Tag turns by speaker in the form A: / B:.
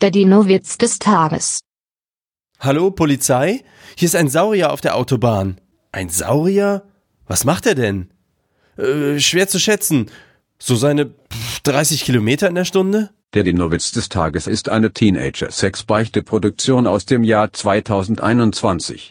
A: Der Dino-Witz des Tages.
B: Hallo, Polizei? Hier ist ein Saurier auf der Autobahn. Ein Saurier? Was macht er denn? Äh, schwer zu schätzen. So seine pff, 30 Kilometer in der Stunde?
C: Der Dinowitz des Tages ist eine Teenager-Sex-Beichte-Produktion aus dem Jahr 2021.